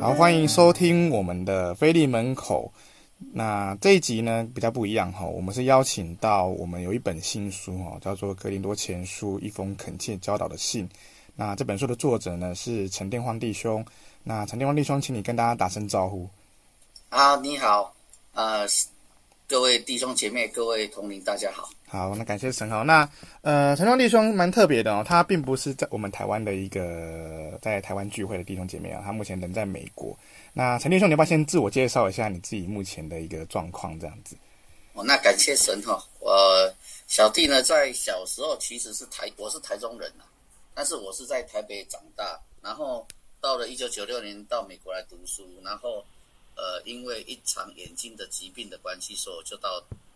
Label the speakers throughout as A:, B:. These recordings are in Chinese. A: 好，欢迎收听我们的菲利门口。那这一集呢比较不一样哈、我们是邀请到我们有一本新书哦，叫做《格林多前书：一封恳切教导的信》。那这本书的作者呢是陈定晃弟兄。那陈定晃弟兄，请你跟大家打声招呼。
B: 啊，你好，呃，各位弟兄姐妹，各位同龄，大家好。
A: 好，那感谢神好。那呃，陈庄弟兄蛮特别的哦，他并不是在我们台湾的一个在台湾聚会的弟兄姐妹啊，他目前人在美国。那陈弟兄，你要不要先自我介绍一下你自己目前的一个状况这样子？
B: 哦，那感谢神哈、我小弟呢，在小时候其实是台，我是台中人啊，但是我是在台北长大，然后到了一九九六年到美国来读书，然后呃，因为一场眼睛的疾病的关系，所以我就到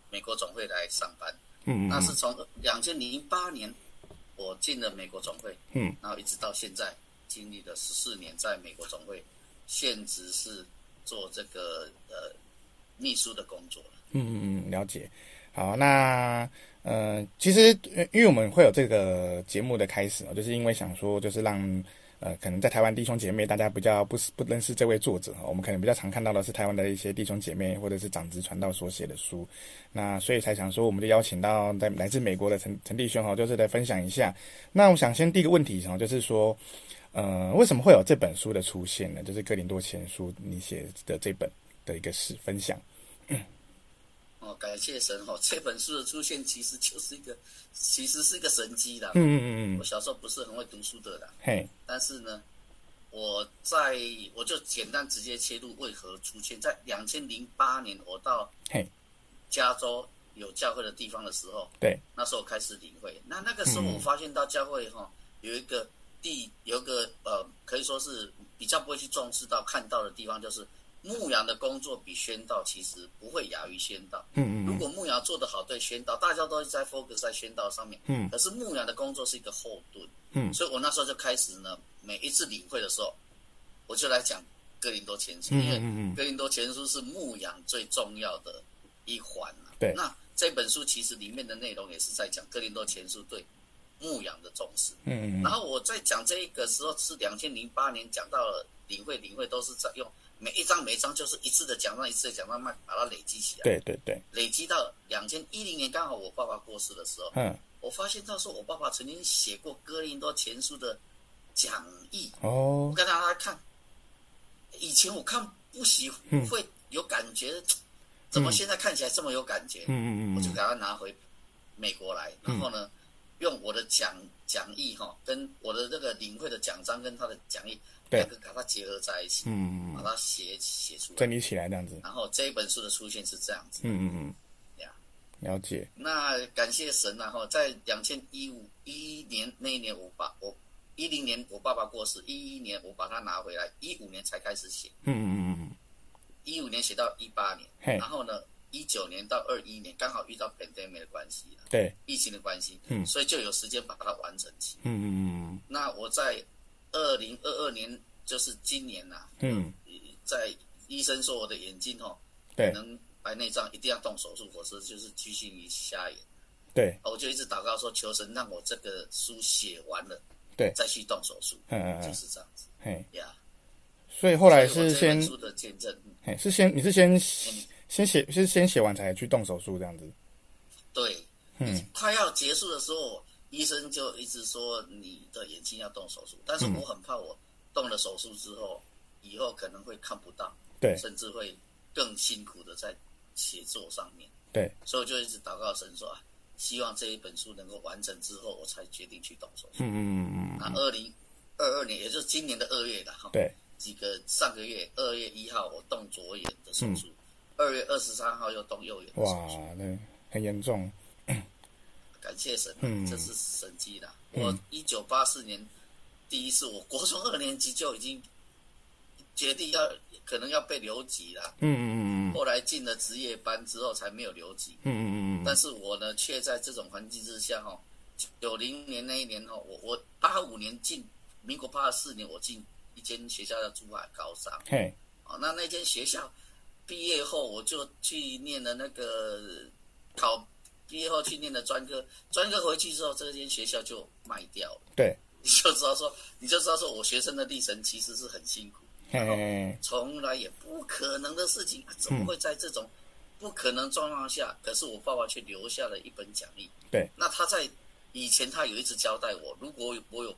B: 美国总会来上班。
A: 嗯
B: 那是从两千零八年我进了美国总会，
A: 嗯，
B: 然后一直到现在，经历了十四年在美国总会，现职是做这个呃秘书的工作了。
A: 嗯嗯嗯，了解。好，那呃，其实呃因为我们会有这个节目的开始哦，就是因为想说，就是让呃，可能在台湾弟兄姐妹大家比较不是不认识这位作者哦，我们可能比较常看到的是台湾的一些弟兄姐妹或者是长子传道所写的书，那所以才想说，我们就邀请到在来自美国的陈陈弟兄哦，就是来分享一下。那我想先第一个问题哦，就是说，呃，为什么会有这本书的出现呢？就是《哥林多前书》你写的这本的一个是分享。
B: 哦，感谢神哦！ 这本书的出现其实就是一个，其实是一个神机啦。
A: 嗯嗯嗯
B: 我
A: 嗯，
B: 小时候不是很会读书的啦，
A: 嘿。
B: 但是呢，我在我就简单直接切入为何出现在两千零八年我到
A: 嘿，
B: 加州有教会的地方的时候，
A: 对，嗯
B: 那时候开始领会。那那个时候我发现到教会哈、有一个地有一个呃，可以说是比较不会去重视到看到的地方，就是牧羊的工作比宣道其实不会亚于宣道。
A: 嗯
B: 如
A: 嗯
B: 果牧羊做得好，对宣道，大家都在 focus 在宣道上面。
A: 嗯
B: 可是牧羊的工作是一个后盾。
A: 嗯
B: 所以我那时候就开始呢，每一次领会的时候，我就来讲哥林多前书，
A: 嗯
B: 因为
A: 嗯嗯
B: 哥林多前书是牧羊最重要的一环、啊、
A: 对
B: 那这本书其实里面的内容也是在讲哥林多前书对牧羊的重视。
A: 嗯嗯
B: 然后我在讲这一个时候是两千零八年讲到了领会，领会都是在用每一章每一章就是一次的讲到一次的讲到慢，把它累积起来。
A: 对对对，
B: 累积到两千一零年，刚好我爸爸过世的时候，
A: 嗯，
B: 我发现到说我爸爸曾经写过《哥林多前书》的讲义，我
A: 哦，
B: 跟大家看，以前我看不喜
A: 嗯
B: 会有感觉，怎么现在看起来这么有感觉？
A: 嗯嗯
B: 我就
A: 嗯
B: 给他拿回美国来，然后呢，用我的讲讲义哈，跟我的那个领会的奖章跟他的讲义
A: 对
B: 两个把它结合在一起，
A: 嗯
B: 把
A: 嗯，
B: 它写写出来。
A: 整理起来这样子，
B: 然后这一本书的出现是这样子。
A: 嗯嗯嗯，了解，
B: 那感谢神、啊，然后在两千一五一年那一年我爸我一零年我爸爸过世，一一年我把它拿回来，一五年才开始写，
A: 嗯嗯嗯
B: 一五年写到一八年，
A: 嘿
B: 然后呢，一九年到二一年刚好遇到 pandemic 的关系啊、
A: 对，
B: 疫情的关系，
A: 嗯
B: 所以就有时间把它完成起。
A: 嗯嗯
B: 那我在二零二二年，就是今年呐、啊
A: 嗯嗯，
B: 在医生说我的眼睛哦，
A: 对
B: 能白内障一定要动手术，否则就是局限于瞎眼。
A: 对，
B: 我就一直祷告说，求神让我这个书写完了，
A: 对
B: 再去动手术，
A: 嗯嗯
B: 就
A: 嗯，
B: 是这样子
A: 嘿，
B: 呀。
A: 所以后来
B: 所以
A: 是
B: 我这
A: 先
B: 本，书的见证，嗯
A: 嘿，是先你是先先写是先写完才去动手术这样子，
B: 对，
A: 嗯
B: 快要结束的时候，医生就一直说你的眼睛要动手术，
A: 嗯
B: 但是我很怕我动了手术之后，以后可能会看不到，
A: 对
B: 甚至会更辛苦的在写作上面，
A: 对，
B: 所以我就一直祷告神说啊，希望这一本书能够完成之后，我才决定去动手术。
A: 嗯嗯嗯
B: 那二零二二年，也就是今年的二月了哈，
A: 对，
B: 几个上个月二月一号我动左眼的手术，二、月二十三号又动右眼的手术，
A: 嗯哇，那很严重，
B: 感谢神啊、
A: 嗯
B: 这是神迹啦！我一九八四年第一次，我国中二年级就已经决定要可能要被留级啦，
A: 嗯嗯嗯
B: 后来进了职业班之后才没有留级，
A: 嗯嗯
B: 但
A: 嗯
B: 是我呢，却在这种环境之下哈、哦，九零年那一年哈、哦，我我八五年进，民国八四年我进一间学校叫珠海高商
A: 嘿，
B: 哦，那那间学校毕业后我就去念了那个考，毕业后去念了专科，专科回去之后，这间学校就卖掉了，
A: 对
B: 你就知道说，你就知道说我学生的历程其实是很辛苦，
A: 嘿嘿嘿，
B: 从来也不可能的事情，啊
A: 嗯
B: 怎么会在这种不可能状况下？可是我爸爸却留下了一本讲义。
A: 对，
B: 那他在以前他有一直交代我，如果我有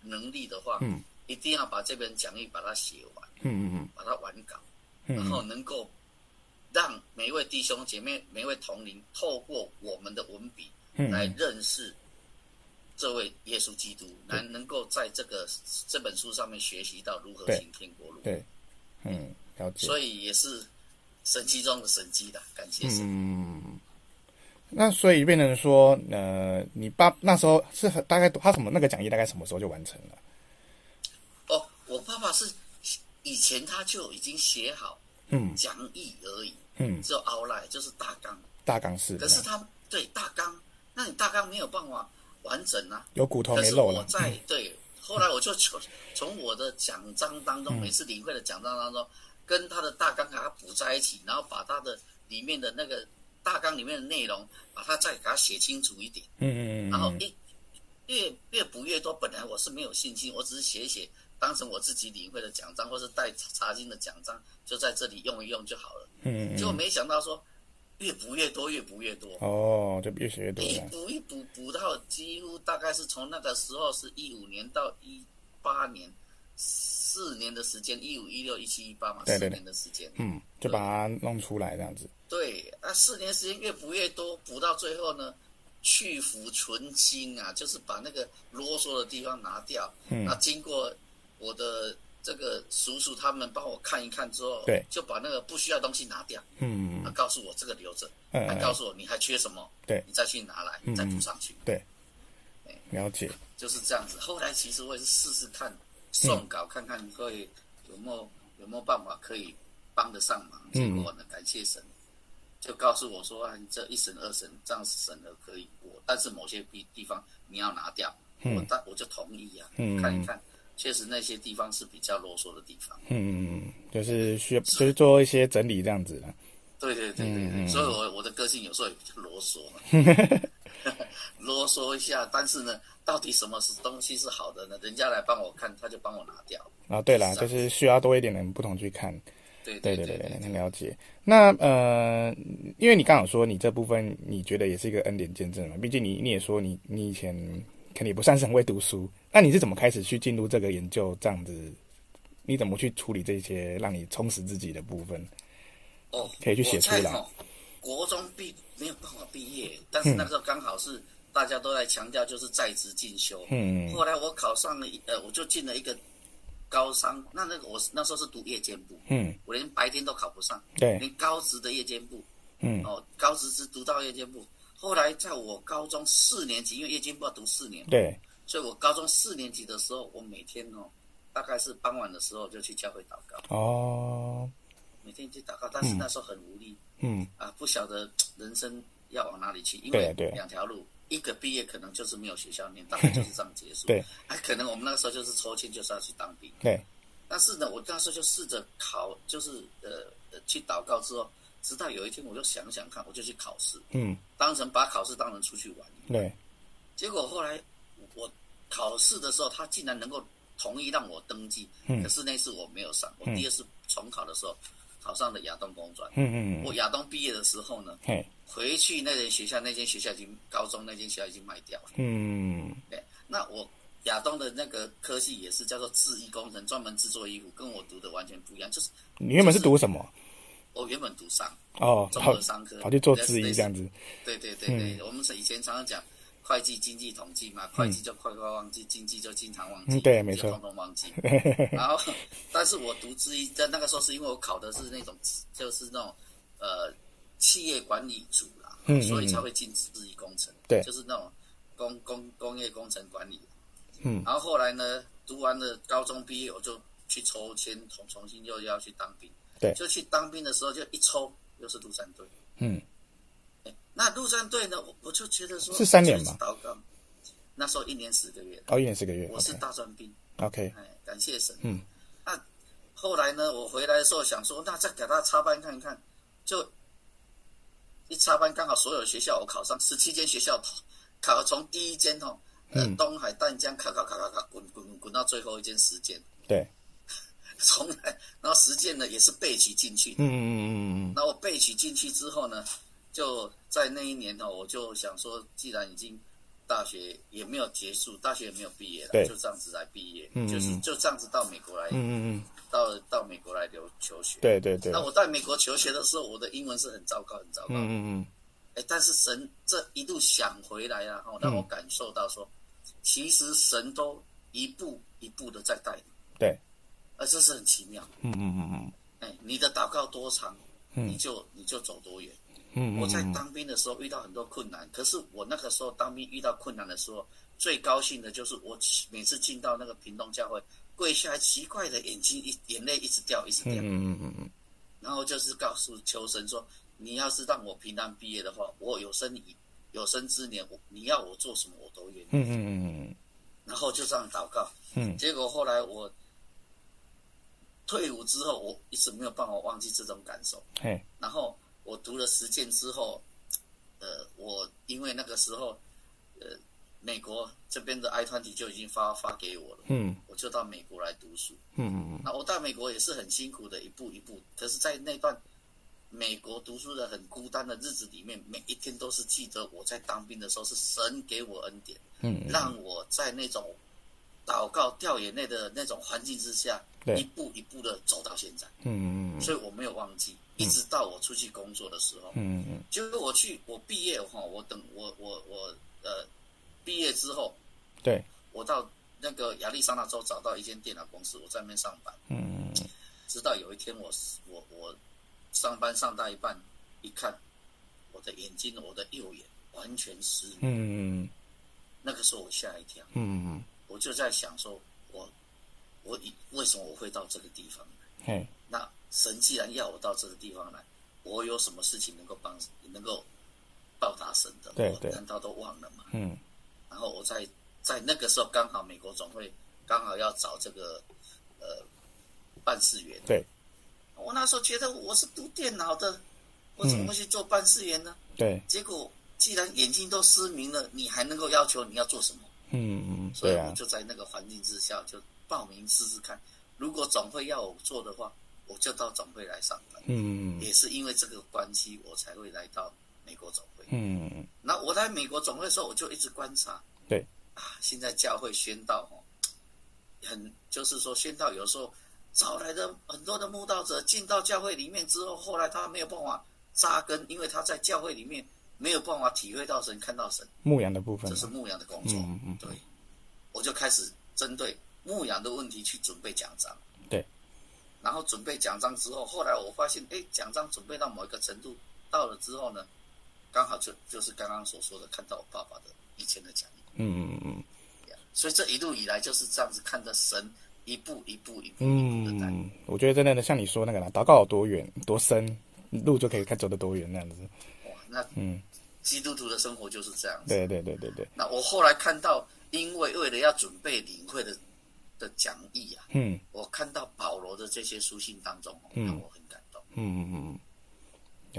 B: 能力的话，
A: 嗯，
B: 一定要把这本讲义把它写完，
A: 嗯嗯
B: 把它完稿，
A: 嗯
B: 然
A: 嗯，
B: 后能够让每一位弟兄姐妹、每一位同龄，透过我们的文笔
A: 嗯
B: 来认识这位耶稣基督，来能够在这个这本书上面学习到如何
A: 对
B: 行天国路。
A: 对，嗯，了解。
B: 所以也是神奇中的神奇的，感谢神。
A: 嗯，那所以变成说，呃，你爸那时候是很大概他什么那个讲义大概什么时候就完成了？
B: 哦，我爸爸是以前他就已经写好
A: 嗯
B: 讲义而已，
A: 嗯，
B: 只有 outline 就是大纲。
A: 大纲是，
B: 可是他对大纲，那你大纲没有办法完整啊。
A: 有骨头
B: 可
A: 没
B: 是
A: 肉
B: 我
A: 了。嗯
B: 在对，后来我就从从我的奖章当
A: 嗯
B: 中，每次领会的奖章当中，跟他的大纲给它补在一起，然后把他的里面的那个大纲里面的内容，把它再给它写清楚一点。
A: 嗯嗯
B: 然后
A: 嗯，
B: 一越越补越多，本来我是没有信心，我只是写一写，当成我自己领会的奖章，或是带查经的奖章，就在这里用一用就好了。
A: 嗯嗯
B: 结果没想到说，越补越多，越补越多，
A: 哦，就越写越多
B: 一
A: 了。
B: 补一补补到几乎大概是从那个时候是一五年到一八年，四年的时间，一五一六一七一八嘛，
A: 对
B: 四
A: 对对
B: 年的时间。
A: 嗯，就把它弄出来这样子。
B: 对，那四年时间越补越多，补到最后呢，去腐存精啊，就是把那个啰嗦的地方拿掉。
A: 嗯
B: 那经过我的这个叔叔他们帮我看一看之后，
A: 对
B: 就把那个不需要的东西拿掉，
A: 嗯
B: 那告诉我这个留着，
A: 嗯
B: 还告诉我你还缺什么，
A: 对嗯
B: 你再去拿来，再补上去，
A: 对，了解。
B: 就是这样子。后来其实我也是试试
A: 嗯
B: 看送稿，看看会有没有有没有办法可以帮得上忙。结
A: 嗯
B: 果呢，感谢神，就告诉我说啊，你这一审二审这样审了可以过，但是某些地地方你要拿掉，我但我就同意啊，
A: 嗯
B: 看一看。确实，那些地方是比较啰嗦的地方。
A: 嗯，就是需要就是做一些整理这样子的。
B: 对对对对
A: 嗯
B: 对，所以我我的个性有时候也比较啰嗦 嘛， 啰嗦一下。但是呢，到底什么是东西是好的呢？人家来帮我看，他就帮我拿掉。
A: 啊，对啦，就是需要多一点人不同去看。
B: 对
A: 对
B: 对
A: 对对对，很了解。那呃，因为你刚好说你这部分你觉得也是一个恩典见证嘛，毕竟你你也说你你以前肯定也不算是很会读书，那你是怎么开始去进入这个研究这样子？你怎么去处理这些让你充实自己的部分？
B: 哦，
A: 可以去写出来
B: 我在哦国中毕没有办法毕业，但
A: 嗯
B: 是那时候刚好是大家都在强调就是在职进修。
A: 嗯
B: 后来我考上了一，呃，我就进了一个高商，那那个我是那时候是读夜间部，
A: 嗯，
B: 我连白天都考不上，
A: 对，
B: 连高职的夜间部，
A: 嗯
B: 哦，高职只读到夜间部。后来在我高中四年级，因为夜间部要读四年，
A: 对，
B: 所以我高中四年级的时候，我每天哦，大概是傍晚的时候就去教会祷告，
A: 哦，
B: 每天去祷告，但是那时候很无力。
A: 嗯
B: 啊，不晓得人生要往哪里去，因
A: 对啊
B: 为
A: 对
B: 两条路，一个毕业可能就是没有学校念，大概就是这样结 束。
A: 对，
B: 啊，可能我们那个时候就是抽签，就是要去当兵。
A: 对，
B: 但是呢，我那时候就试着考，就是呃呃去祷告之后，直到有一天我就想想看，我就去考试，
A: 嗯
B: 当成把考试当成出去玩。
A: 对，
B: 结果后来我考试的时候，他竟然能够同意让我登记，
A: 嗯
B: 可是那次我没有上，我第二次重考的时候考上了亚东工专。
A: 嗯嗯
B: 我亚东毕业的时候呢，
A: 嘿，
B: 回去那间学校，那间学校已经高中那间学校已经卖掉了。
A: 嗯
B: 对，那我亚东的那个科系也是叫做制衣工程，专门制作衣服，跟我读的完全不一样。就是
A: 你原本是读什么？
B: 我原本读商，
A: 哦，
B: 综
A: 跑
B: 合商科，
A: 跑去做
B: 类似
A: 质疑这样。子，
B: 类似对对对对，我们以前常常讲会计、经济、统计嘛，会计就快快忘记，经济就经常忘记，
A: 嗯对
B: 就
A: 没错
B: 通通 忘记。然后，但是我读制衣，在那个时候是因为我考的是那种，就是那种呃企业管理组啦，
A: 嗯
B: 所以
A: 嗯
B: 才会进制衣工程，
A: 对
B: 就是那种工工工业工程管理。
A: 嗯，
B: 然后后来呢，读完了高中毕业，我就去抽签，重重新又要去当兵。
A: 对
B: 就去当兵的时候就一抽，又是陆战队。
A: 嗯
B: 哎，那陆战队呢，我我就觉得说
A: 是三年
B: 就一直
A: 吧
B: 祷告，那时候一年十个月，
A: 哦，一年四个月
B: 我是大专兵。
A: ，OK，OK，
B: 哎，感谢神。
A: 嗯，
B: 那后来呢，我回来的时候想说，那再给他插班看看，就一插班，刚好所有学校我考上十七间学校，考从第一间哦，
A: 嗯
B: 呃，东海淡江考考考考考，滚滚滚滚到最后一间十间，
A: 对，
B: 从来，然后实践呢也是背起进去。
A: 嗯嗯嗯嗯
B: 那我背起进去之后呢，就在那一年哦，我就想说，既然已经大学也没有结束，大学也没有毕业
A: 对
B: 了，就这样子来毕业，
A: 嗯
B: 就是就这样子到美国来，
A: 嗯嗯嗯，
B: 到到美国来留求学。
A: 对对对，
B: 那
A: 嗯
B: 我在美国求学的时候，我的英文是很糟糕，很糟糕。
A: 嗯嗯
B: 哎，但是神这一路想回来啊，哦，让我感受到说，其实神都一步一步的在带你，
A: 嗯对，
B: 而这是很奇妙。
A: 嗯嗯嗯嗯
B: 哎，你的祷告多长，你就你就走多远。
A: 嗯，
B: 我在当兵的时候遇到很多困难，可是我那个时候当兵遇到困难的时候，最高兴的就是我每次进到那个屏东教会，跪下来，奇怪的眼睛一眼泪一直掉，一直掉。
A: 嗯嗯嗯嗯
B: 然后就是告诉求神说，你要是让我平安毕业的话，我有生以有生之年，我你要我做什么我都愿意。
A: 嗯嗯
B: 然后就这样祷告，
A: 嗯
B: 结果后来我退伍之后，我一直没有办法忘记这种感受。
A: 嘿，
B: 然后我读了实践之后，呃，我因为那个时候，呃，美国这边的 I 团体就已经发发给我了，
A: 嗯
B: 我就到美国来读书。
A: 嗯嗯
B: 那我到美国也是很辛苦的，一步一步。可是，在那段美国读书的很孤单的日子里面，每一天都是记得我在当兵的时候是神给我恩典，
A: 嗯嗯，
B: 让我在那种祷告掉眼泪的那种环境之下，
A: 对
B: 一步一步的走到现在。
A: 嗯嗯
B: 所以我没有忘记，一直到我出去工作的时候，
A: 嗯嗯
B: 就是我去我毕业哈，我等我我我呃毕业之后，
A: 对，
B: 我到那个亚利桑那州找到一间电脑公司，我在那边上班。
A: 嗯嗯
B: 直到有一天我是，我我上班上到一半，一看我的眼睛，我的右眼完全失明。
A: 嗯
B: 那个时候我吓一跳，
A: 嗯嗯
B: 我就在想说，我我以为什么我会到这个地方来？
A: 嘿，
B: 那神既然要我到这个地方来，我有什么事情能够帮能够报答神的？
A: 对对
B: 我难道都忘了吗？
A: 嗯
B: 然后我在在那个时候刚好美国总会刚好要找这个呃办事员，
A: 对
B: 我那时候觉得我是读电脑的，我怎么会去做办事员呢？
A: 对，
B: 结果既然眼睛都失明了，你还能够要求你要做什么？
A: 嗯嗯
B: 所以
A: 对
B: 我
A: 啊，
B: 就在那个环境之下就报名试试看。如果总会要我做的话，我就到总会来上班。
A: 嗯
B: 也是因为这个关系，我才会来到美国总会。
A: 嗯
B: 那我来美国总会的时候，我就一直观察
A: 对，
B: 啊，现在教会宣道哦，很就是说宣道有时候找来的很多的慕道者进到教会里面之后，后来他没有办法扎根，因为他在教会里面没有办法体会到神、看到神，
A: 牧羊的部分
B: 这，是牧羊的工作。
A: 嗯嗯
B: 对，我就开始针对牧羊的问题去准备奖章。
A: 对，
B: 然后准备奖章之后，后来我发现，哎，奖章准备到某一个程度，到了之后呢，刚好就就是刚刚所说的，看到我爸爸的以前的奖励，
A: 嗯嗯
B: 所以这一路以来就是这样子看着神一步一步一步一步的带。
A: 嗯，我觉得真的像你说那个啦，祷告有多远多深，路就可以看走得多远那样子。
B: 哇，那
A: 嗯，
B: 基督徒的生活就是这样子。
A: 对对对对对，
B: 那我后来看到，因为为了要准备领会的的讲义啊，
A: 嗯
B: 我看到保罗的这些书信当中、哦，
A: 嗯
B: 让我很感动。
A: 嗯嗯嗯，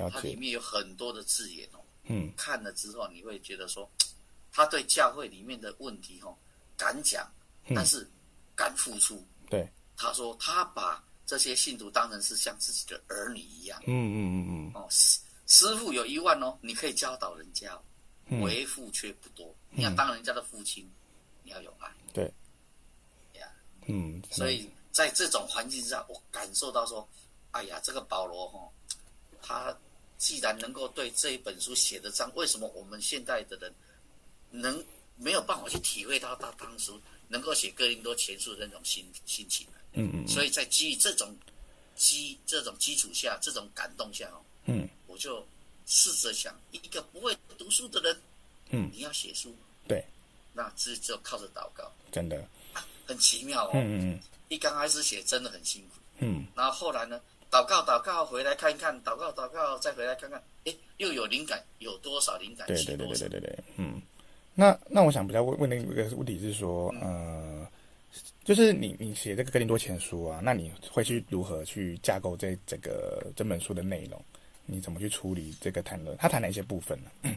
A: 了
B: 它里
A: 解，
B: 面有很多的字眼哦，
A: 嗯
B: 看了之后你会觉得说，他对教会里面的问题哦敢讲，但是敢付出。
A: 嗯对，
B: 他说他把这些信徒当成是像自己的儿女一样
A: 嗯嗯嗯嗯
B: 哦，师师傅有一万哦，你可以教导人家哦，
A: 嗯
B: 为父却不多。你要当人家的父亲，你要有爱
A: 对，
B: 呀。
A: 嗯，
B: 所以在这种环境下，我感受到说，哎呀，这个保罗哈、他既然能够对这一本书写得上，为什么我们现代的人能没有办法去体会到他当时能够写哥林多前书的那种心心情呢？
A: 嗯嗯
B: 所以在基于这种基这种基础下，这种感动下哦，
A: 嗯，
B: 我就试着想，一个不会读书的人，
A: 嗯
B: 你要写书，
A: 对，
B: 那只只有靠着祷告，
A: 真的，
B: 啊很奇妙哦。
A: 嗯嗯
B: 一刚开始写真的很辛苦，
A: 嗯
B: 然后后来呢，祷告祷告，回来看一看，祷告祷告，再回来看看，诶，又有灵感，有多少灵感？
A: 对
B: 记
A: 对对
B: 多
A: 对
B: 少
A: 对对对，嗯。那那我想比较问问的一个问题是说，
B: 嗯
A: 呃，就是你你写这个《哥林多前书》啊，那你会去如何去架构这这个这本书的内容？你怎么去处理这个谈论？他谈哪些部分呢？啊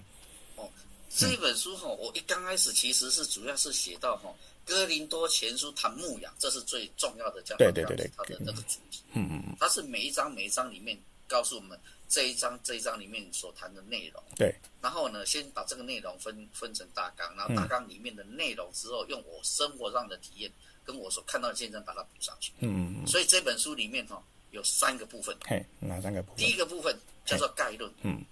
B: 哦，这一本书哈、我一刚开始其实是主要是写到哈、哥林多前书谈牧养，这是最重要的教
A: 对对对对
B: 它的那个主题。嗯嗯，它是每一章每一章里面告诉我们这一章这一章里面所谈的内容。
A: 对，
B: 然后呢，先把这个内容分分成大纲，然后大纲里面的内容之后，用我生活上的体验跟我所看到的见证把它补上去。
A: 嗯嗯嗯，
B: 所以这本书里面哈、哦、有三个部分，
A: 嘿，哪三个部分
B: 第一？个部分叫做概论。
A: 嗯，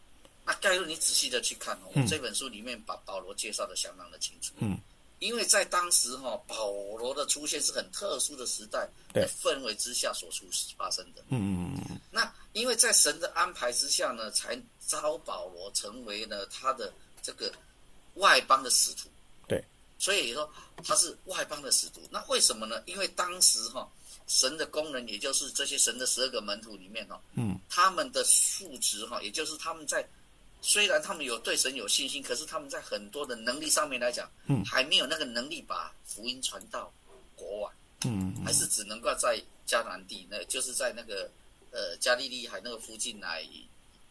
B: 那概论你仔细的去看哦，我这本书里面把保罗介绍的相当的清楚。
A: 嗯，
B: 因为在当时哈、保罗的出现是很特殊的时代
A: 对
B: 的氛围之下所出发生的。
A: 嗯嗯嗯嗯，
B: 那因为在神的安排之下呢，才招保罗成为了他的这个外邦的使徒。
A: 对，
B: 所以说他是外邦的使徒。那为什么呢？因为当时哈、神的工人，也就是这些神的十二个门徒里面哦，
A: 嗯，
B: 他们的数值哈、也就是他们在虽然他们有对神有信心，可是他们在很多的能力上面来讲，嗯，还没有那个能力把福音传到国外，
A: 嗯
B: 还是只能够在迦南地，那就是在那个呃加利利海那个附近来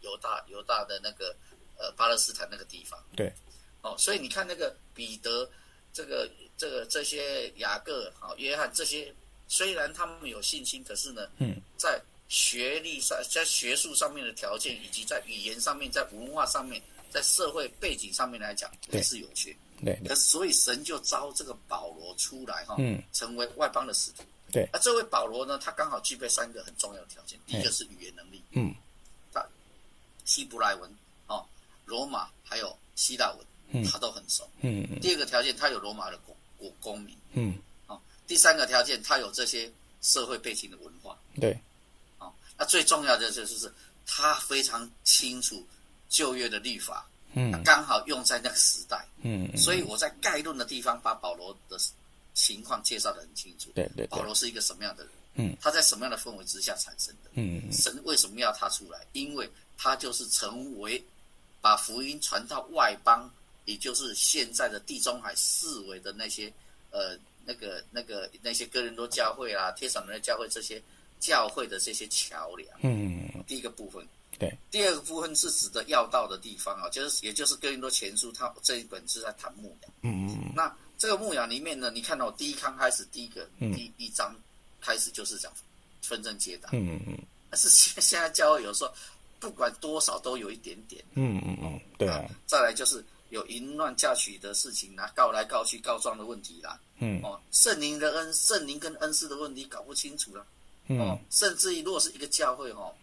B: 犹大犹大的那个呃巴勒斯坦那个地方。
A: 对。
B: 哦，所以你看那个彼得，这个这个这些雅各啊、哦约翰这些，虽然他们有信心，可是呢，
A: 嗯，
B: 在学历上、在学术上面的条件，以及在语言上面、在文化上面、在社会背景上面来讲，
A: 对
B: 也是有缺。
A: 对对
B: 可所以神就招这个保罗出来哈、
A: 嗯
B: 成为外邦的使徒。
A: 对
B: 那这位保罗呢，他刚好具备三个很重要的条件，第一个是语言能力，
A: 嗯，
B: 他希伯来文、哦，罗马还有希腊文，他都很熟。
A: 嗯嗯
B: 第二个条件，他有罗马的国国公民，
A: 嗯，
B: 哦，第三个条件，他有这些社会背景的文化，
A: 对
B: 哦，那最重要的就是是他非常清楚旧约的律法，
A: 嗯
B: 那刚好用在那个时代，
A: 嗯嗯
B: 所以我在概论的地方把保罗的情况介绍的很清楚。
A: 对对对
B: 保罗是一个什么样的人？
A: 嗯，
B: 他在什么样的氛围之下产生的？
A: 嗯
B: 神为什么要他出来？因为他就是成为把福音传到外邦，也就是现在的地中海四围的那些呃那个那个那些哥林多教会啊、贴上人的教会这些教会的这些桥梁。
A: 嗯嗯
B: 第一个部分。
A: 对，
B: 第二个部分是指的要道的地方啊，就是也就是哥林多前书，它这一本是在谈牧羊。
A: 嗯
B: 那这个牧羊里面呢，你看到、第一章开始，第一个、第一章开始就是讲纷争结党，
A: 嗯嗯
B: 但是现现在教会有时候不管多少都有一点点。
A: 嗯嗯嗯，对啊，
B: 再来就是有淫乱嫁娶的事情啦、告来告去告状的问题啦，
A: 嗯
B: 哦，圣灵的恩圣灵跟恩师的问题搞不清楚啦，哦
A: 嗯，
B: 甚至于如果是一个教会哦，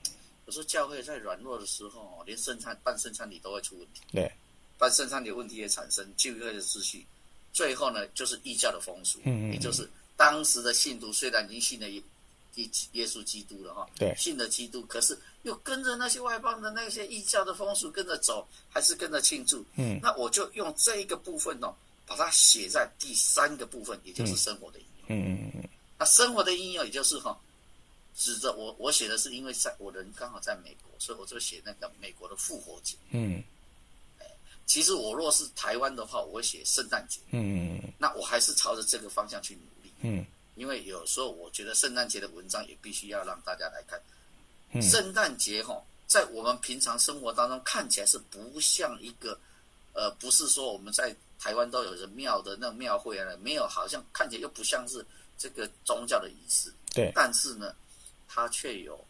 B: 有时候教会在软弱的时候哦，连圣餐办圣餐礼都会出问题，
A: 对，
B: 办圣餐礼的问题也产生聚会的秩序，最后呢就是异教的风俗，
A: 嗯嗯嗯
B: 也就是当时的信徒虽然已经信了耶耶耶稣基督了哈、
A: 对
B: 信了基督，可是又跟着那些外邦的那些异教的风俗跟着走，还是跟着庆祝，
A: 嗯
B: 那我就用这一个部分哦，把它写在第三个部分，也就是生活的应用。
A: 嗯嗯
B: 那生活的应用，也就是哈，指着我我写的是因为在我人刚好在美国，所以我就写那个美国的复活节。哎
A: 嗯
B: 其实我若是台湾的话，我会写圣诞节。
A: 嗯
B: 那我还是朝着这个方向去努力，
A: 嗯
B: 因为有时候我觉得圣诞节的文章也必须要让大家来看。
A: 嗯
B: 圣诞节哈，在我们平常生活当中看起来是不像一个，呃，不是说我们在台湾都有人庙的那种庙会啊，没有，好像看起来又不像是这个宗教的仪式。
A: 对
B: 但是呢，它却有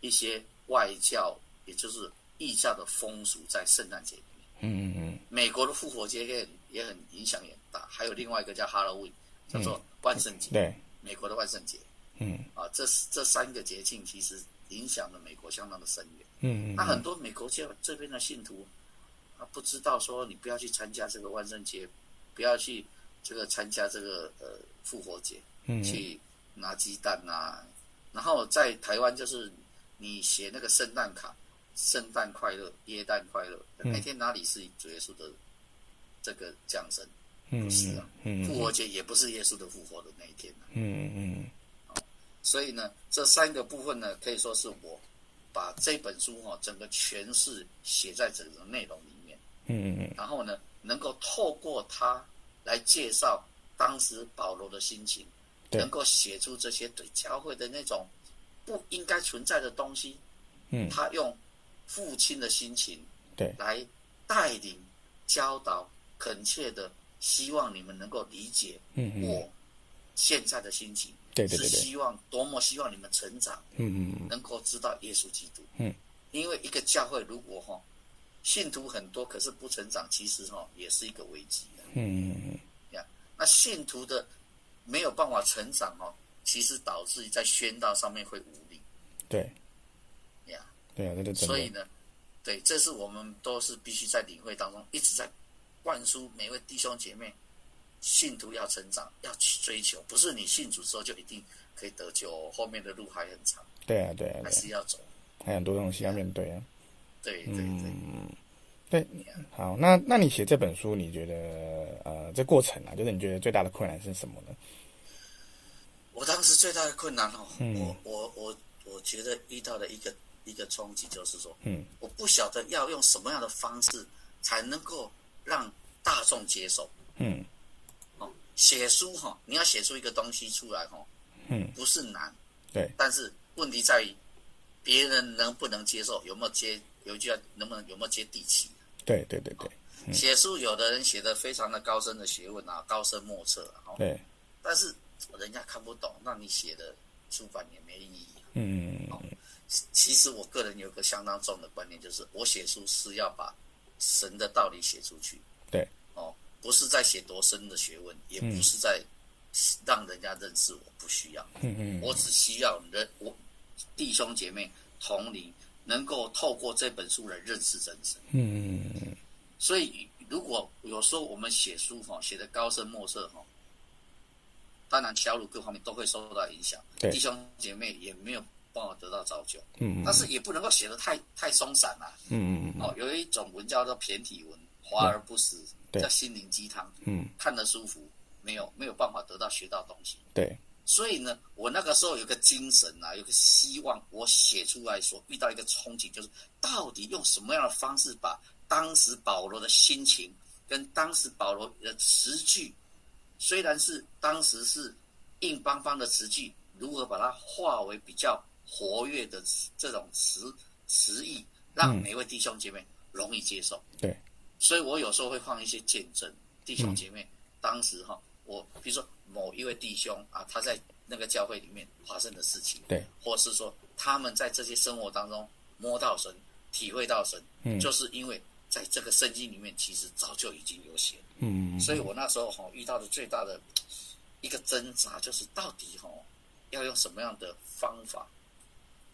B: 一些外教，也就是异教的风俗在圣诞节里面。
A: 嗯嗯
B: 美国的复活节也很也很影响也很大，还有另外一个叫 Halloween，叫
A: 嗯
B: 做万圣节，
A: 对，
B: 美国的万圣节
A: 嗯
B: 啊，这这三个节庆其实影响了美国相当的深远。
A: 嗯
B: 那很多美国这这边的信徒，他不知道说你不要去参加这个万圣节，不要去这个参加这个呃复活节，
A: 嗯
B: 去拿鸡蛋啊。然后在台湾就是你写那个圣诞卡，圣诞快乐，耶诞快乐，
A: 嗯
B: 那天哪里是主耶稣的这个降生？不是啊，
A: 嗯
B: 复活节也不是耶稣的复活的那一天啊、
A: 嗯嗯
B: 所以呢，这三个部分呢，可以说是我把这本书哈、哦、整个诠释写在整个内容里面，
A: 嗯嗯
B: 然后呢，能够透过它来介绍当时保罗的心情，
A: 对
B: 能够写出这些对教会的那种不应该存在的东西，
A: 嗯
B: 他用父亲的心情
A: 对
B: 来带领、教导、恳切的希望你们能够理解
A: 嗯嗯，
B: 我现在的心情，
A: 对对
B: 是
A: 对对，
B: 希望多么希望你们成长，
A: 嗯嗯嗯
B: 能够知道耶稣基督。
A: 嗯，
B: 因为一个教会如果哈信徒很多，可是不成长，其实哈也是一个危机啊。
A: 嗯嗯
B: 那信徒的没有办法成长哦，其实导致在宣道上面会无力
A: 对，
B: 呀。
A: 对啊，这就真
B: 所以
A: 的，
B: 呢，对，这是我们都是必须在领会当中一直在灌输每位弟兄姐妹，信徒要成长，要去追求，不是你信主之后就一定可以得救哦，后面的路还很长，
A: 对啊对啊
B: 还
A: 对啊，
B: 是要走。
A: 还有很多东西要面对啊。
B: 对对对，
A: 嗯对，好，那那你写这本书，你觉得呃，这过程啊，就是你觉得最大的困难是什么呢？
B: 我当时最大的困难哦，
A: 嗯
B: 我我我我觉得遇到的一个一个冲击就是说，
A: 嗯，
B: 我不晓得要用什么样的方式才能够让大众接受。
A: 嗯
B: 哦，写书哈、你要写出一个东西出来哈、
A: 嗯，
B: 不是难，
A: 对，
B: 但是问题在于别人能不能接受，有没有接，有一句话能不能有没有接地气。
A: 对对对对
B: 写书有的人写的非常的高深的学问啊，高深莫测啊，哦，
A: 对，
B: 但是人家看不懂，那你写的出版也没意义。
A: 嗯
B: 其实我个人有个相当重的观念，就是我写书是要把神的道理写出去。
A: 对，
B: 哦，不是在写多深的学问，也不是在让人家认识我，不需要。
A: 嗯嗯
B: 我只需要人，我弟兄姐妹同龄能够透过这本书来认识真神。
A: 嗯嗯
B: 所以，如果有时候我们写书哈，写的高深莫测哈，当然销路各方面都会受到影响，
A: 对
B: 弟兄姐妹也没有办法得到造就。
A: 嗯
B: 但是也不能够写的太太松散了、
A: 嗯嗯
B: 哦，有一种文叫做骈体文，华而不实，
A: 对
B: 叫心灵鸡汤，
A: 嗯，
B: 看得舒服，没有没有办法得到学到东西。
A: 对，
B: 所以呢，我那个时候有个精神啊，有个希望，我写出来所遇到一个憧憬，就是到底用什么样的方式把当时保罗的心情跟当时保罗的词句，虽然是当时是硬邦邦的词句，如何把它化为比较活跃的词这种词词义，让每位弟兄姐妹容易接受。
A: 对，
B: 所以我有时候会放一些见证，弟兄姐妹、当时哈，我比如说某一位弟兄啊，他在那个教会里面发生的事情，
A: 对，
B: 或是说他们在这些生活当中摸到神、体会到神，
A: 嗯
B: 就是因为在这个圣经里面其实早就已经有写了，
A: 嗯
B: 所以我那时候哈遇到的最大的一个挣扎就是到底哈要用什么样的方法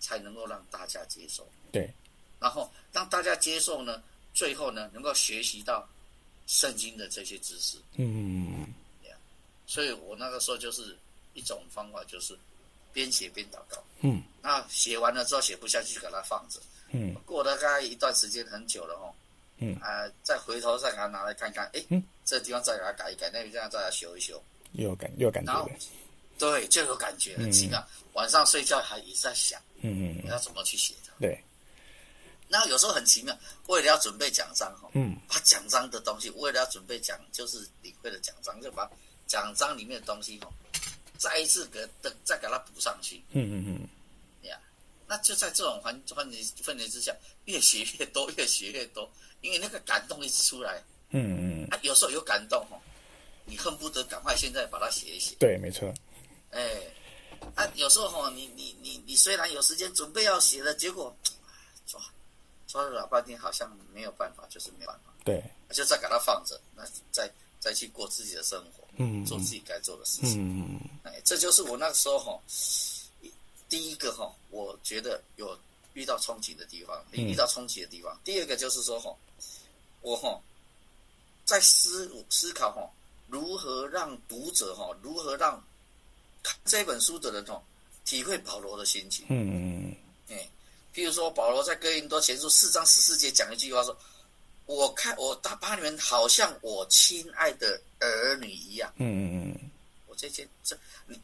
B: 才能够让大家接受。
A: 对，
B: 然后让大家接受呢，最后呢能够学习到圣经的这些知识。
A: 嗯
B: 所以我那个时候就是一种方法，就是边写边祷告。
A: 嗯，
B: 那写完了之后写不下去，就给它放着。
A: 嗯，
B: 过了大概一段时间很久了哦。
A: 嗯
B: 啊、再回头再给它拿来看看，诶，
A: 嗯
B: 这地方再给它改一改，那个地方再给它修一修，
A: 又有感又有感觉
B: 然后
A: 的，
B: 对，就有感觉，很奇妙。晚上睡觉还一直在想，
A: 嗯嗯
B: 我要怎么去写它。
A: 对，
B: 那有时候很奇妙，为了要准备奖章哈，
A: 嗯，
B: 把奖章的东西，为了要准备奖，就是领会的奖章，就把奖章里面的东西哈，再一次给再再给它补上去
A: 嗯嗯
B: 呀。那就在这种环环境氛围之下，越写越多，越写越多，因为那个感动一直出来
A: 嗯嗯嗯，
B: 啊。有时候有感动哈，你恨不得赶快现在把它写一写，
A: 对，没错，
B: 哎，啊，有时候哈，你你你你虽然有时间准备要写了，结果抓抓了老半天，好像没有办法，就是没办法。
A: 对，
B: 就再给它放着，那再再去过自己的生活，
A: 嗯
B: 做自己该做的事情。
A: 嗯嗯
B: 哎，这就是我那个时候哈，第一个哈，我觉得有遇到冲击的地方，
A: 嗯
B: 遇到冲击的地方。第二个就是说哈，我哈在思思考哈，如何让读者哈，如何让看这本书的人哈，体会保罗的心情。
A: 嗯
B: 哎，譬如说保罗在哥林多前书四章十四节讲一句话说：“我看我打巴你们好像我亲爱的儿女一样。
A: 嗯嗯”
B: 我这件这你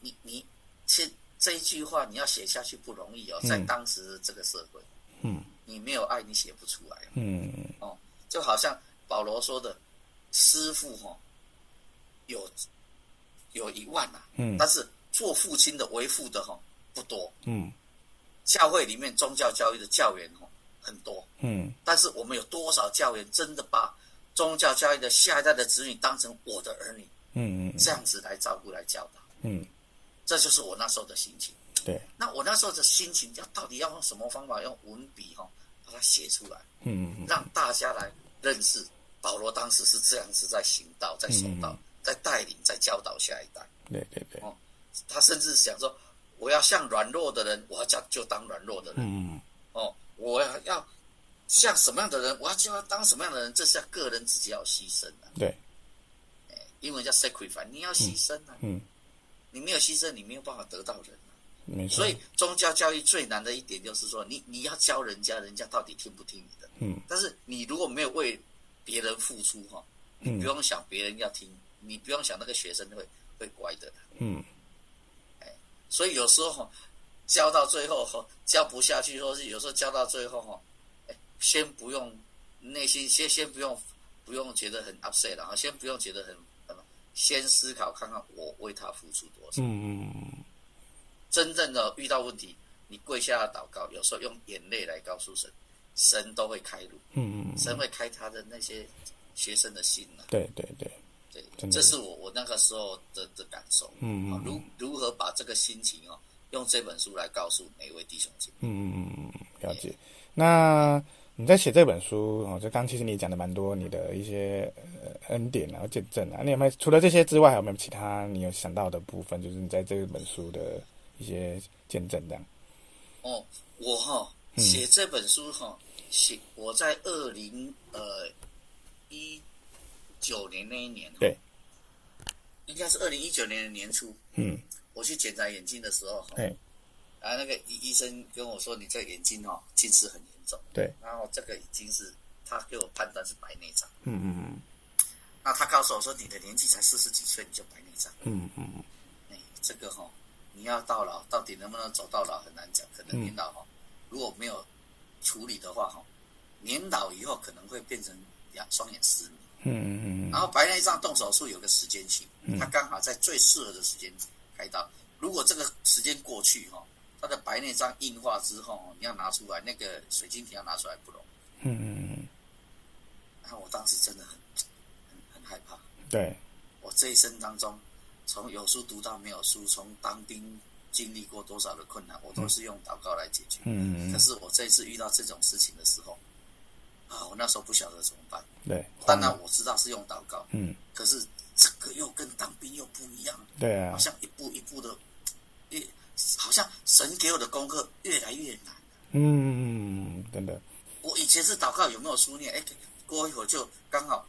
B: 你你这这一句话你要写下去不容易哦，在当时这个社会，
A: 嗯，
B: 你没有爱你写不出来哦
A: 嗯
B: 哦，就好像保罗说的，师傅哈、哦、有有一万呐、
A: 嗯
B: 但是做父亲的为父的哈、哦、不多，
A: 嗯
B: 教会里面宗教教育的教员哦很多，
A: 嗯
B: 但是我们有多少教员真的把宗教教育的下一代的子女当成我的儿女，
A: 嗯嗯
B: 这样子来照顾来教导，
A: 嗯，
B: 这就是我那时候的心情。
A: 对，
B: 那我那时候的心情，要到底要用什么方法，用文笔哈、哦、把它写出来，
A: 嗯嗯
B: 让大家来认识保罗当时是这样子在行道、在守道、在带领、在教导下一代。
A: 对对对，
B: 他甚至想说，我要像软弱的人，我要叫就当软弱的人、
A: 嗯
B: 哦，我要要像什么样的人，我要就要当什么样的人，这是要个人自己要牺牲的、
A: 对，
B: 英文叫 sacrifice，你要牺牲啊，
A: 嗯，
B: 你没有牺牲，你没有办法得到人、啊。
A: 没错，
B: 所以宗教教育最难的一点就是说，你你要教人家，人家到底听不听你的？
A: 嗯，
B: 但是你如果没有为别人付出哈，
A: 嗯
B: 你不用想别人要听，你不用想那个学生会会乖的啦。哎
A: 嗯
B: 所以有时候哈教到最后哈教不下去，或是有时候教到最后哈，哎先不用内心先先不用不用觉得很 upset 然后先不用觉得很什么，先思考看看我为他付出多少。
A: 嗯嗯
B: 真正的遇到问题，你跪下祷告，有时候用眼泪来告诉神，神都会开路，
A: 嗯，
B: 神会开他的那些学生的心呐、
A: 对对对，
B: 对，
A: 真的
B: 这是我我那个时候的的感受。
A: 嗯
B: 啊
A: 嗯
B: 如如何把这个心情哦，用这本书来告诉每一位弟兄姐妹。
A: 嗯嗯嗯，了解。那你在写这本书哦，就刚其实你讲的蛮多你的一些呃恩典啊、见证啊，你有没有除了这些之外，还有没有其他你有想到的部分？就是你在这本书的一些见证这样。
B: 哦，我哈、
A: 嗯
B: 写这本书哈、写我在二零呃一九年那一年，
A: 对，
B: 应该是二零一九年的年初，
A: 嗯，
B: 我去检查眼睛的时候哈，
A: 对
B: 啊，那个医医生跟我说，你这眼睛哦近视很严重，
A: 对，
B: 然后这个已经是他给我判断是白内障，
A: 嗯嗯
B: 那他告诉我说，你的年纪才四十几岁你就白内障，
A: 嗯嗯
B: 哎，这个哈、你要到老，到底能不能走到老很难讲，可能年老哈、如果没有处理的话哈、年老以后可能会变成两双眼失明，
A: 嗯嗯嗯嗯
B: 然后白内障动手术有个时间性，它刚好在最适合的时间开刀。如果这个时间过去哈、它的白内障硬化之后哦，你要拿出来那个水晶体要拿出来不容易。
A: 嗯嗯，
B: 然后我当时真的很很很害怕，
A: 对，
B: 我这一生当中，从有书读到没有书，从当兵经历过多少的困难，我都是用祷告来解决。
A: 嗯
B: 可
A: 嗯
B: 是我这一次遇到这种事情的时候，啊，我那时候不晓得怎么办。
A: 对，
B: 当然我知道是用祷告，
A: 哦嗯，
B: 可是这个又跟当兵又不一样，
A: 对啊
B: 好，像一步一步的，越好像神给我的功课越来越难。
A: 嗯嗯真的，
B: 我以前是祷告有没有书念，哎，过一会儿就刚好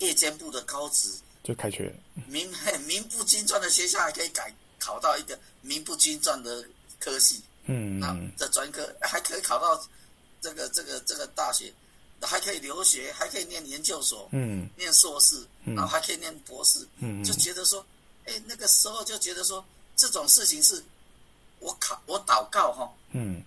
B: 夜间部的高职
A: 就开学，
B: 名 名不经传的学校还可以改考到一个名不经传的科系，
A: 嗯
B: 那
A: 嗯
B: 这专科还可以考到这个这个这个大学，还可以留学，还可以念研究所，
A: 嗯
B: 念硕士，然后还可以念博士，
A: 嗯
B: 就觉得说，哎，那个时候就觉得说这种事情是，我考我祷告哈，
A: 嗯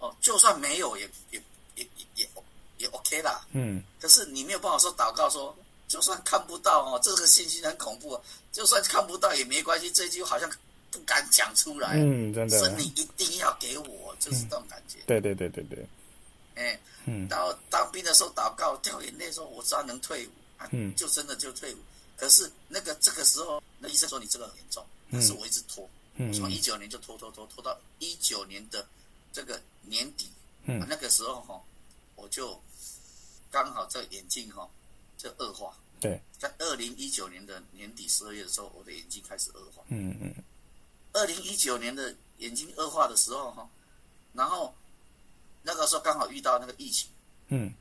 B: 哦，就算没有也也也也也也 OK 啦，
A: 嗯
B: 可是你没有办法说祷告说，就算看不到哦，这个信息很恐怖、啊，就算看不到也没关系，这句好像不敢讲出来，
A: 嗯，真的，
B: 神你一定要给我，就是这种感觉，
A: 对对对对对，
B: 哎、
A: 嗯
B: 然后当兵的时候祷告掉眼泪说，我只要能退伍，啊，
A: 嗯
B: 就真的就退伍，可是那个这个时候，那医生说你这个很严重，但是我一直拖，
A: 嗯
B: 我从一九年就拖拖拖拖到一九年的这个年底，
A: 嗯
B: 啊那个时候哈、我就刚好这个眼镜哈、这恶化，
A: 对，
B: 在二零一九年的年底十二月的时候，我的眼睛开始恶化。
A: 嗯嗯
B: 二零一九年的眼睛恶化的时候哈，然后那个时候刚好遇到那个疫情
A: 嗯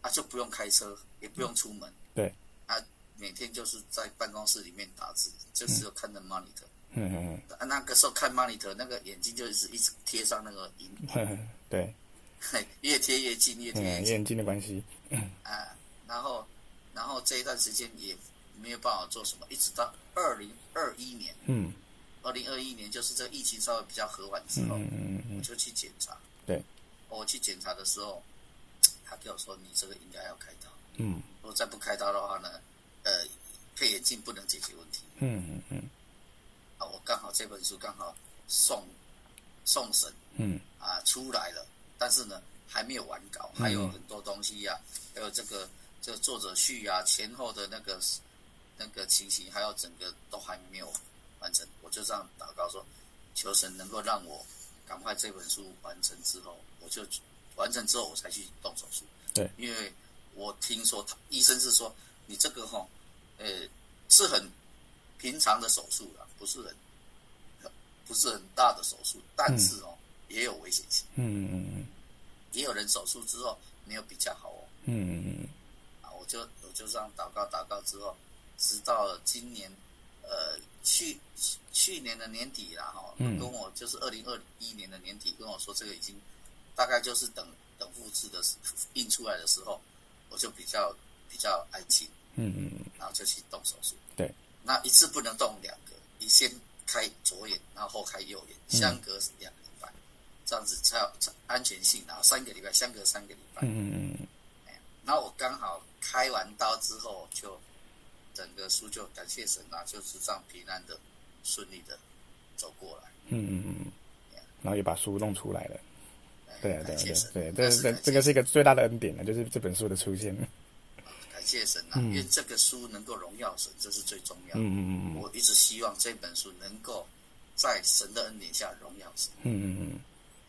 B: 啊，就不用开车，也不用出门，
A: 对，
B: 啊，每天就是在办公室里面打字，就只有看着 monitor。
A: 嗯嗯
B: 啊那个时候看 monitor，那个眼睛就是一直贴上那个荧幕，
A: 嗯，对，
B: 嘿 越贴越近，越贴越
A: 嗯，
B: 近
A: 眼睛的关系，
B: 啊。然后，然后这一段时间也没有办法做什么，一直到二零二一年，
A: 嗯
B: 二零二一年就是这个疫情稍微比较和缓之后，
A: 嗯嗯
B: 我
A: 嗯，
B: 就去检查。
A: 对，
B: 我去检查的时候，他跟我说你这个应该要开刀，
A: 嗯
B: 如果再不开刀的话呢，呃，配眼镜不能解决问题。
A: 嗯嗯
B: 啊，我刚好这本书刚好送送审
A: 嗯嗯
B: 啊出来了，但是呢还没有完稿，还有很多东西呀、还有这个这个作者序啊前后的那个那个情形，还有整个都还没有完成，我就这样祷告说，求神能够让我赶快这本书完成之后，我就完成之后我才去动手术。
A: 对，
B: 因为我听说他医生是说你这个哈，呃，是很平常的手术了、不是很不是很大的手术，但是哦、也有危险性，
A: 嗯嗯
B: 也有人手术之后没有比较好哦。
A: 嗯嗯嗯
B: 啊，我就我就这样祷告祷告之后，直到今年，呃，去去年的年底啦哈，
A: 嗯
B: 跟我就是二零二一年的年底跟我说这个已经大概就是等等复制的时 印出来的时候，我就比较比较安心，
A: 嗯嗯
B: 然后就去动手术。
A: 对，
B: 那一次不能动两个，你先开左眼，然后后开右眼，
A: 嗯
B: 相隔两个礼拜，这样子才有才安全性，然后三个礼拜相隔三个礼拜。
A: 嗯嗯
B: 然后我刚好开完刀之后，就整个书就感谢神啊，就是这样平安的、顺利的走过来。
A: 嗯嗯，然后也把书弄出来了。
B: 哎
A: 对啊对
B: 感
A: 啊
B: 谢神，
A: 对啊对啊，这
B: 真是
A: 这
B: 感谢
A: 这个是一个最大的恩典了，就是这本书的出现。
B: 感谢神啊，因为这个书能够荣耀神，这是最重要的。
A: 嗯嗯嗯
B: 我一直希望这本书能够在神的恩典下荣耀神。
A: 嗯嗯嗯，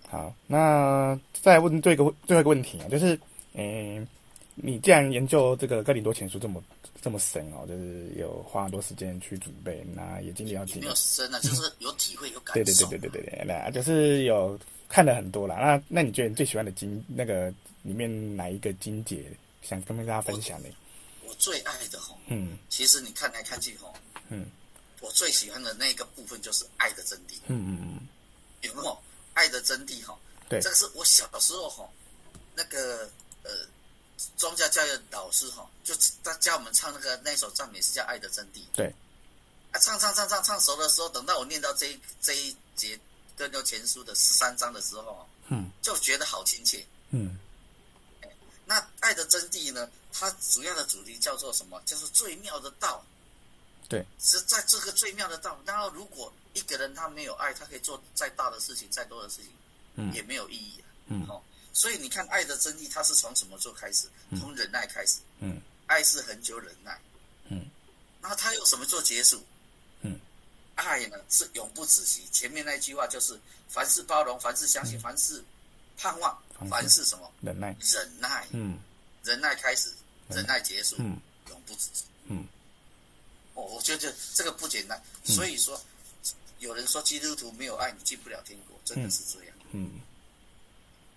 A: 好，那再问最后一个最后一个问题啊，就是，嗯，你既然研究这个哥林多前书这么这么深哦，就是有花很多时间去准备，那也经历了
B: 也
A: 几
B: 没
A: 年
B: 有哦深啊，就是有体会、有感
A: 对对
B: 受
A: 嗯对。对对对对，那就是有看了很多啦。那那你觉得你最喜欢的经那个里面哪一个经节想跟大家分享呢？
B: 我最爱的吼，
A: 嗯
B: 其实你看来看去吼，
A: 嗯，
B: 我最喜欢的那个部分就是爱的真谛。
A: 嗯嗯
B: 有没有爱的真谛哈？
A: 对
B: 这个是我小时候哈，那个呃，庄家教育老师哈，就他教我们唱那个那首赞美诗叫《爱的真谛》。
A: 对。
B: 啊，唱唱唱唱唱熟的时候，等到我念到这一这一节《哥牛前书》的十三章的时候，
A: 嗯，
B: 就觉得好亲切。
A: 嗯
B: 那《爱的真谛》呢，它主要的主题叫做什么？叫做最妙的道。
A: 对，
B: 是在这个最妙的道。然后，如果一个人他没有爱，他可以做再大的事情、再多的事情，
A: 嗯
B: 也没有意义、啊。
A: 嗯
B: 哦，所以你看，爱的真谛它是从什么做开始？从忍耐开始。
A: 嗯，
B: 爱是很久忍耐。
A: 嗯，
B: 然后它用什么做结束？
A: 嗯，
B: 爱呢是永不止息。前面那句话就是：凡事包容，凡事相信，凡事盼望，
A: 嗯凡事
B: 凡事什么？
A: 忍耐，
B: 忍耐。
A: 嗯
B: 忍耐开始，忍耐结束，
A: 嗯
B: 永不止息。
A: 嗯，
B: 哦，我觉得这个不简单。所以说，有人说基督徒没有爱，你进不了天国，真的是这样、
A: 嗯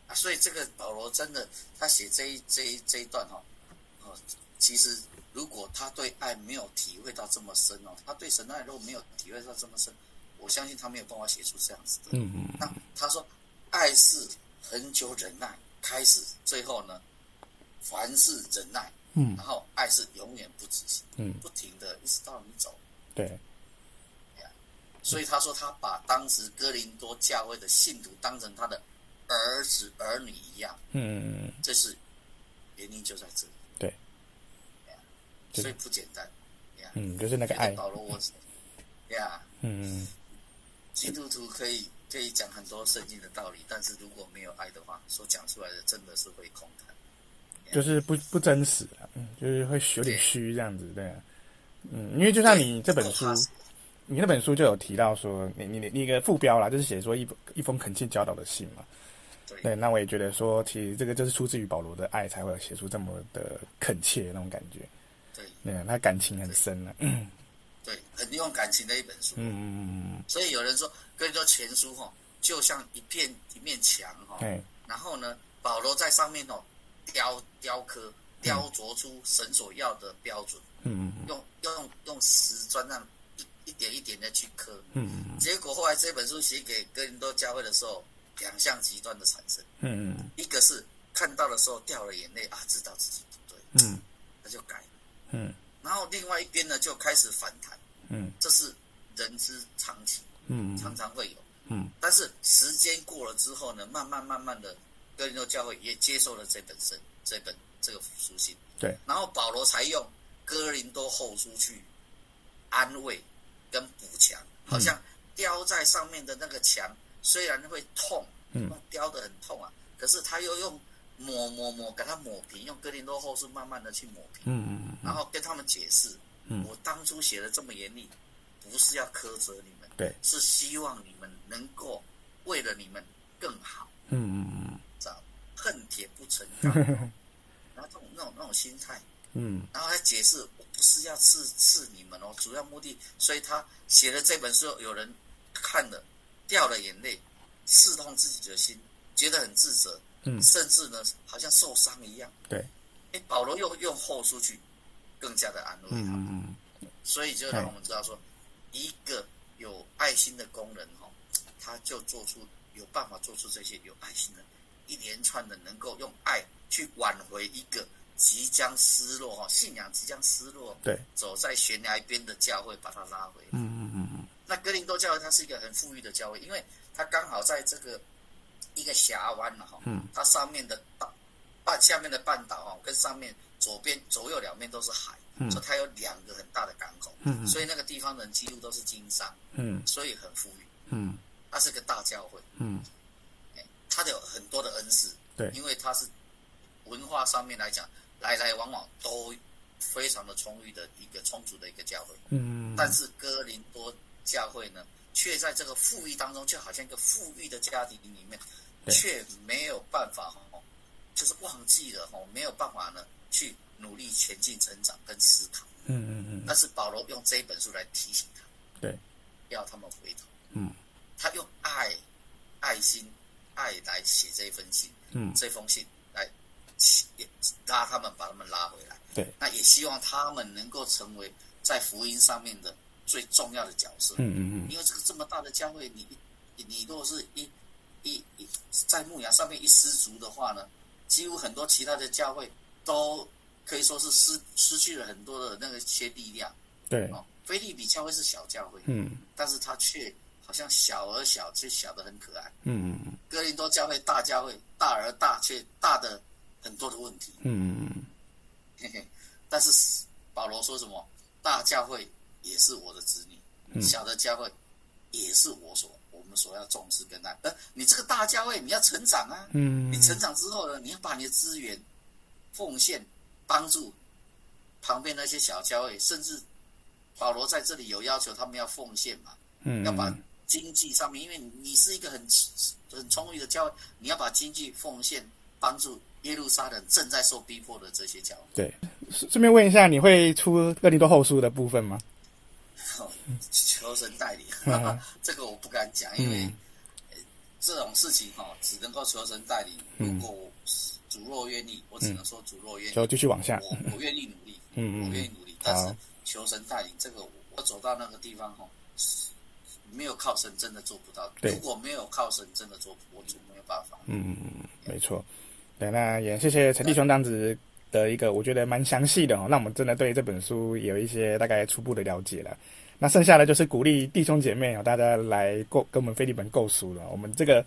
B: 啊。所以这个保罗真的，他写这一这一这一段哈、哦，哦，其实如果他对爱没有体会到这么深哦，他对神的爱如果没有体会到这么深，我相信他没有办法写出这样子的。
A: 嗯嗯
B: 那他说，爱是很久忍耐，开始最后呢，凡事忍耐，
A: 嗯
B: 然后爱是永远不止息，
A: 嗯
B: 不停的一直到你走。
A: 对，
B: 所以他说，他把当时哥林多教会的信徒当成他的儿子儿女一样，
A: 嗯嗯
B: 这是原因就在这里。
A: 对，
B: 所以不简单。呀、
A: 嗯，就是那个
B: 觉
A: 爱
B: 得，保罗我，呀、
A: 嗯
B: 基督徒可以可以讲很多圣经的道理，但是如果没有爱的话，所讲出来的真的是会空谈。
A: 就是不不真实啊，嗯就是会有点虚这样子，对啊，嗯，因为就像你这本书
B: 如果。他
A: 你那本书就有提到说，你你你你一个副标啦，就是写说一一封恳切教导的信嘛。
B: 对
A: 对，那我也觉得说，其实这个就是出自于保罗的爱，才会有写出这么的恳切的那种感觉。
B: 对
A: 对，啊他感情很深了、嗯
B: 对，很用感情的一本书。
A: 嗯嗯
B: 所以有人说《哥林多前书》哈，就像一片一面墙哈
A: 嗯，，哎，
B: 然后呢，保罗在上面哦雕雕刻雕琢出神所要的标准，
A: 嗯嗯
B: 用用用石砖那样一一点一点的去刻。
A: 嗯
B: 结果后来这本书写给哥林多教会的时候，两项极端的产生，
A: 嗯嗯
B: 一个是看到的时候掉了眼泪啊，知道自己不对，
A: 嗯
B: 那就改。
A: 嗯
B: 然后另外一边呢就开始反弹，
A: 嗯
B: 这是人之常情，
A: 嗯
B: 常常会有。
A: 嗯
B: 但是时间过了之后呢，慢慢慢慢的，哥林多教会也接受了这本圣这本这个书信，
A: 对，
B: 然后保罗才用哥林多后书去安慰跟补强，
A: 嗯
B: 好像雕在上面的那个墙虽然会痛，
A: 嗯，
B: 雕得很痛啊，可是他又用抹抹抹，给它抹平，用哥林多后书慢慢的去抹平，
A: 嗯嗯嗯，
B: 然后跟他们解释，
A: 嗯
B: 我当初写的这么严厉，不是要苛责你们，
A: 对，
B: 是希望你们能够为了你们更好，
A: 嗯嗯
B: 知道吗恨铁不成钢， 然后这种那种那种心态，
A: 嗯
B: 然后还解释我不是要刺刺你们哦，主要目的，所以他写了这本书，有人看了掉了眼泪，刺痛自己的心，觉得很自责，
A: 嗯
B: 甚至呢好像受伤一样。
A: 对，
B: 哎，保罗又用后书去更加的安慰
A: 嗯
B: 他，
A: 嗯嗯，
B: 所以就让我们知道说，一个有爱心的工人哦，他就做出有办法做出这些有爱心的，一连串的能够用爱去挽回一个即将失落哈、哦、信仰即将失落，
A: 对，
B: 走在悬崖边的教会把他拉回来。
A: 嗯嗯嗯
B: 那格林多教会它是一个很富裕的教会，因为它刚好在这个一个峡湾了哈，
A: 嗯，
B: 它上面的半半下面的半岛哈，跟上面左边左右两面都是海，
A: 嗯
B: 所以它有两个很大的港口，
A: 嗯嗯
B: 所以那个地方人几乎都是经商，
A: 嗯
B: 所以很富裕，
A: 嗯
B: 它是个大教会，
A: 嗯，
B: 哎它有很多的恩赐，
A: 对
B: 因为它是文化上面来讲，来来往往都非常的充裕的一个充足的一个教会，
A: 嗯，
B: 但是哥林多教会呢，却在这个富裕当中，就好像一个富裕的家庭里面，
A: 对
B: 却没有办法哦，就是忘记了哦，没有办法呢去努力前进、成长跟思考。
A: 嗯嗯嗯，
B: 但是保罗用这一本书来提醒他，
A: 对，
B: 要他们回头。
A: 嗯
B: 他用爱、爱心、爱来写这一封信，
A: 嗯
B: 这封信来拉他们，把他们拉回来。
A: 对，
B: 那也希望他们能够成为在福音上面的最重要的角色。
A: 嗯嗯嗯，
B: 因为这个这么大的教会，你你你如果是一一一在牧羊上面一失足的话呢，几乎很多其他的教会都可以说是失失去了很多的那个一些力量
A: 对，
B: 哦。菲利比教会是小教会，
A: 嗯
B: 但是它却好像小而小，却小得很可爱。
A: 嗯嗯
B: 哥林多教会大教会大而大，却大的很多的问题。
A: 嗯嗯
B: 嘿嘿，但是保罗说什么？大教会也是我的子女，小的教会也是我所我们所要重视跟爱。呃，你这个大教会你要成长啊，
A: 嗯
B: 你成长之后呢，你要把你的资源奉献帮助旁边那些小教会，甚至保罗在这里有要求他们要奉献嘛，
A: 嗯，
B: 要把经济上面，因为你是一个很很充裕的教会，你要把经济奉献帮助耶路撒冷正在受逼迫的这些教会。
A: 对，顺顺便问一下，你会出哥林多后书的部分吗？
B: 哦求神代 理
A: 嗯，
B: 这个我不敢讲，因为
A: 嗯
B: 呃这种事情哈、哦，只能够求神代理。
A: 嗯
B: 如果我主若愿意，我只能说主若愿意，
A: 就继续往下，
B: 我我愿意努力，
A: 啊嗯嗯嗯
B: 我愿意努力。但
A: 好
B: 是求神带领，这个我我走到那个地方哈、哦，没有靠神真的做不到。
A: 对
B: 如果没有靠神真的做，我就没有办法。
A: 嗯，没错。对，那也谢谢陈弟兄这样子的一个，我觉得蛮详细的哦，让我们真的对这本书有一些大概初步的了解了。那剩下的就是鼓励弟兄姐妹哦，大家来购跟我们飞利本购书了。我们这个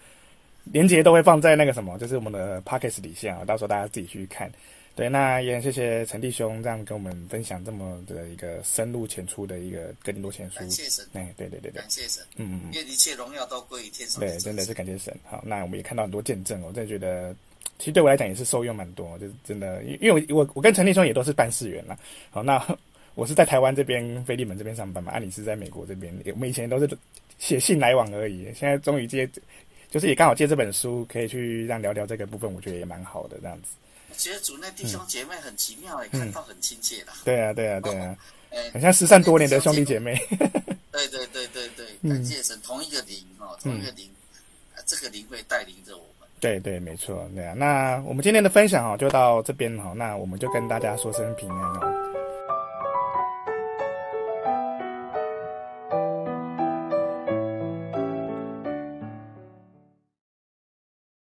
A: 连接都会放在那个什么，就是我们的 p o c k e t 底下、哦，到时候大家自己去看。对，那也很谢谢陈弟兄这样跟我们分享这么的一个深入浅出的一个更多前书。
B: 感谢神，
A: 哎，对对对对
B: 感，谢神，
A: 嗯嗯嗯。
B: 愿一切荣耀都归于天上
A: 对，
B: 主
A: 真的是感谢神。好，那我们也看到很多见证，我真的觉得，其实对我来讲也是受用蛮多，就是真的，因因为我我我跟陈立兄也都是办事员啦。好，那 我是在台湾这边飞利门这边上班嘛，啊，你是在美国这边，我们以前都是写信来往而已，现在终于接，就是也刚好借这本书，可以去让聊聊这个部分，我觉得也蛮好的这样子。
B: 我觉得主内弟兄姐妹很奇妙也看到很亲切啦。
A: 对啊，对啊，对啊，
B: 哎
A: 嗯很像失散多年的兄弟姐妹。嗯
B: 对对对对对，感谢神，同一个灵哦，同一个灵，啊，这个灵会带领着我们。
A: 对对，没错，对啊。那我们今天的分享哦，就到这边哦，那我们就跟大家说声平安哦，